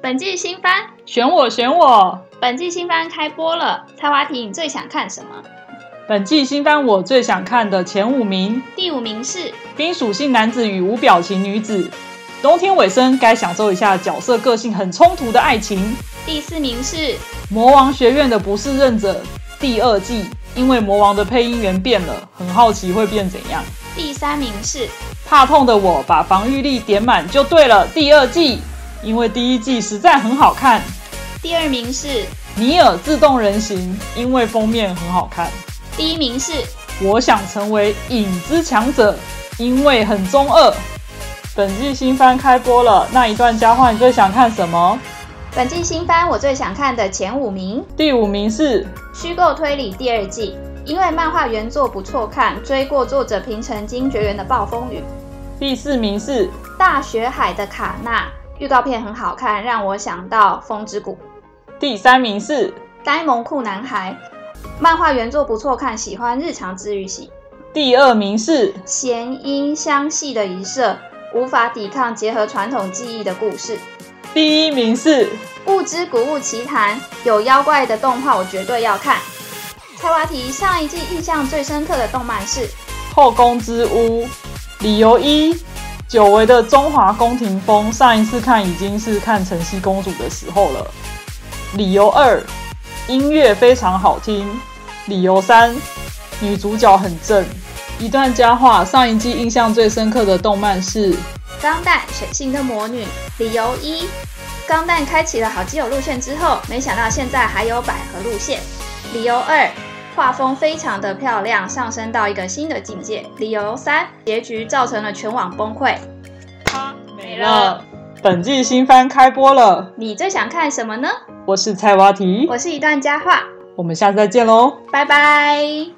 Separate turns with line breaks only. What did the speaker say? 本季新番，
选我，选我！
本季新番开播了。蔡华婷，你最想看什么？
本季新番我最想看的前五名：
第五名是
冰属性男子与无表情女子。冬天尾声，该享受一下角色个性很冲突的爱情。
第四名是
魔王学院的不是忍者第二季，因为魔王的配音员变了，很好奇会变怎样。
第三名是
怕痛的我把防御力点满就对了。第二季，因为第一季实在很好看。
第二名是
尼尔自动人形，因为封面很好看。
第一名是
我想成为影之强者，因为很中二。本季新番开播了，那一段交换你最想看什么？
本季新番我最想看的前五名：
第五名是
虚构推理第二季，因为漫画原作不错看，追过作者平成金绝缘的《暴风雨》。
第四名是
大学海的卡纳预告片很好看，让我想到《风之谷》。
第三名是
呆萌酷男孩，漫画原作不错看，喜欢日常治愈系。
第二名是
弦音相系的一社无法抵抗结合传统技艺的故事。
第一名是
物之古物奇谈有妖怪的动画，我绝对要看。蔡华题上一季印象最深刻的动漫是《
后宫之屋》，理由一，久违的中华宫廷风，上一次看已经是看晨曦公主的时候了。理由二，音乐非常好听。理由三，女主角很正。一段佳话，上一季印象最深刻的动漫是
钢弹水性的魔女》。理由一，钢弹开启了好基友路线之后，没想到现在还有百合路线。理由二，画风非常的漂亮，上升到一个新的境界。理由三，结局造成了全网崩溃。
它没了。本季新番开播了，
你最想看什么呢？
我是菜蛙提，
我是一段佳话，
我们下次再见喽，
拜拜。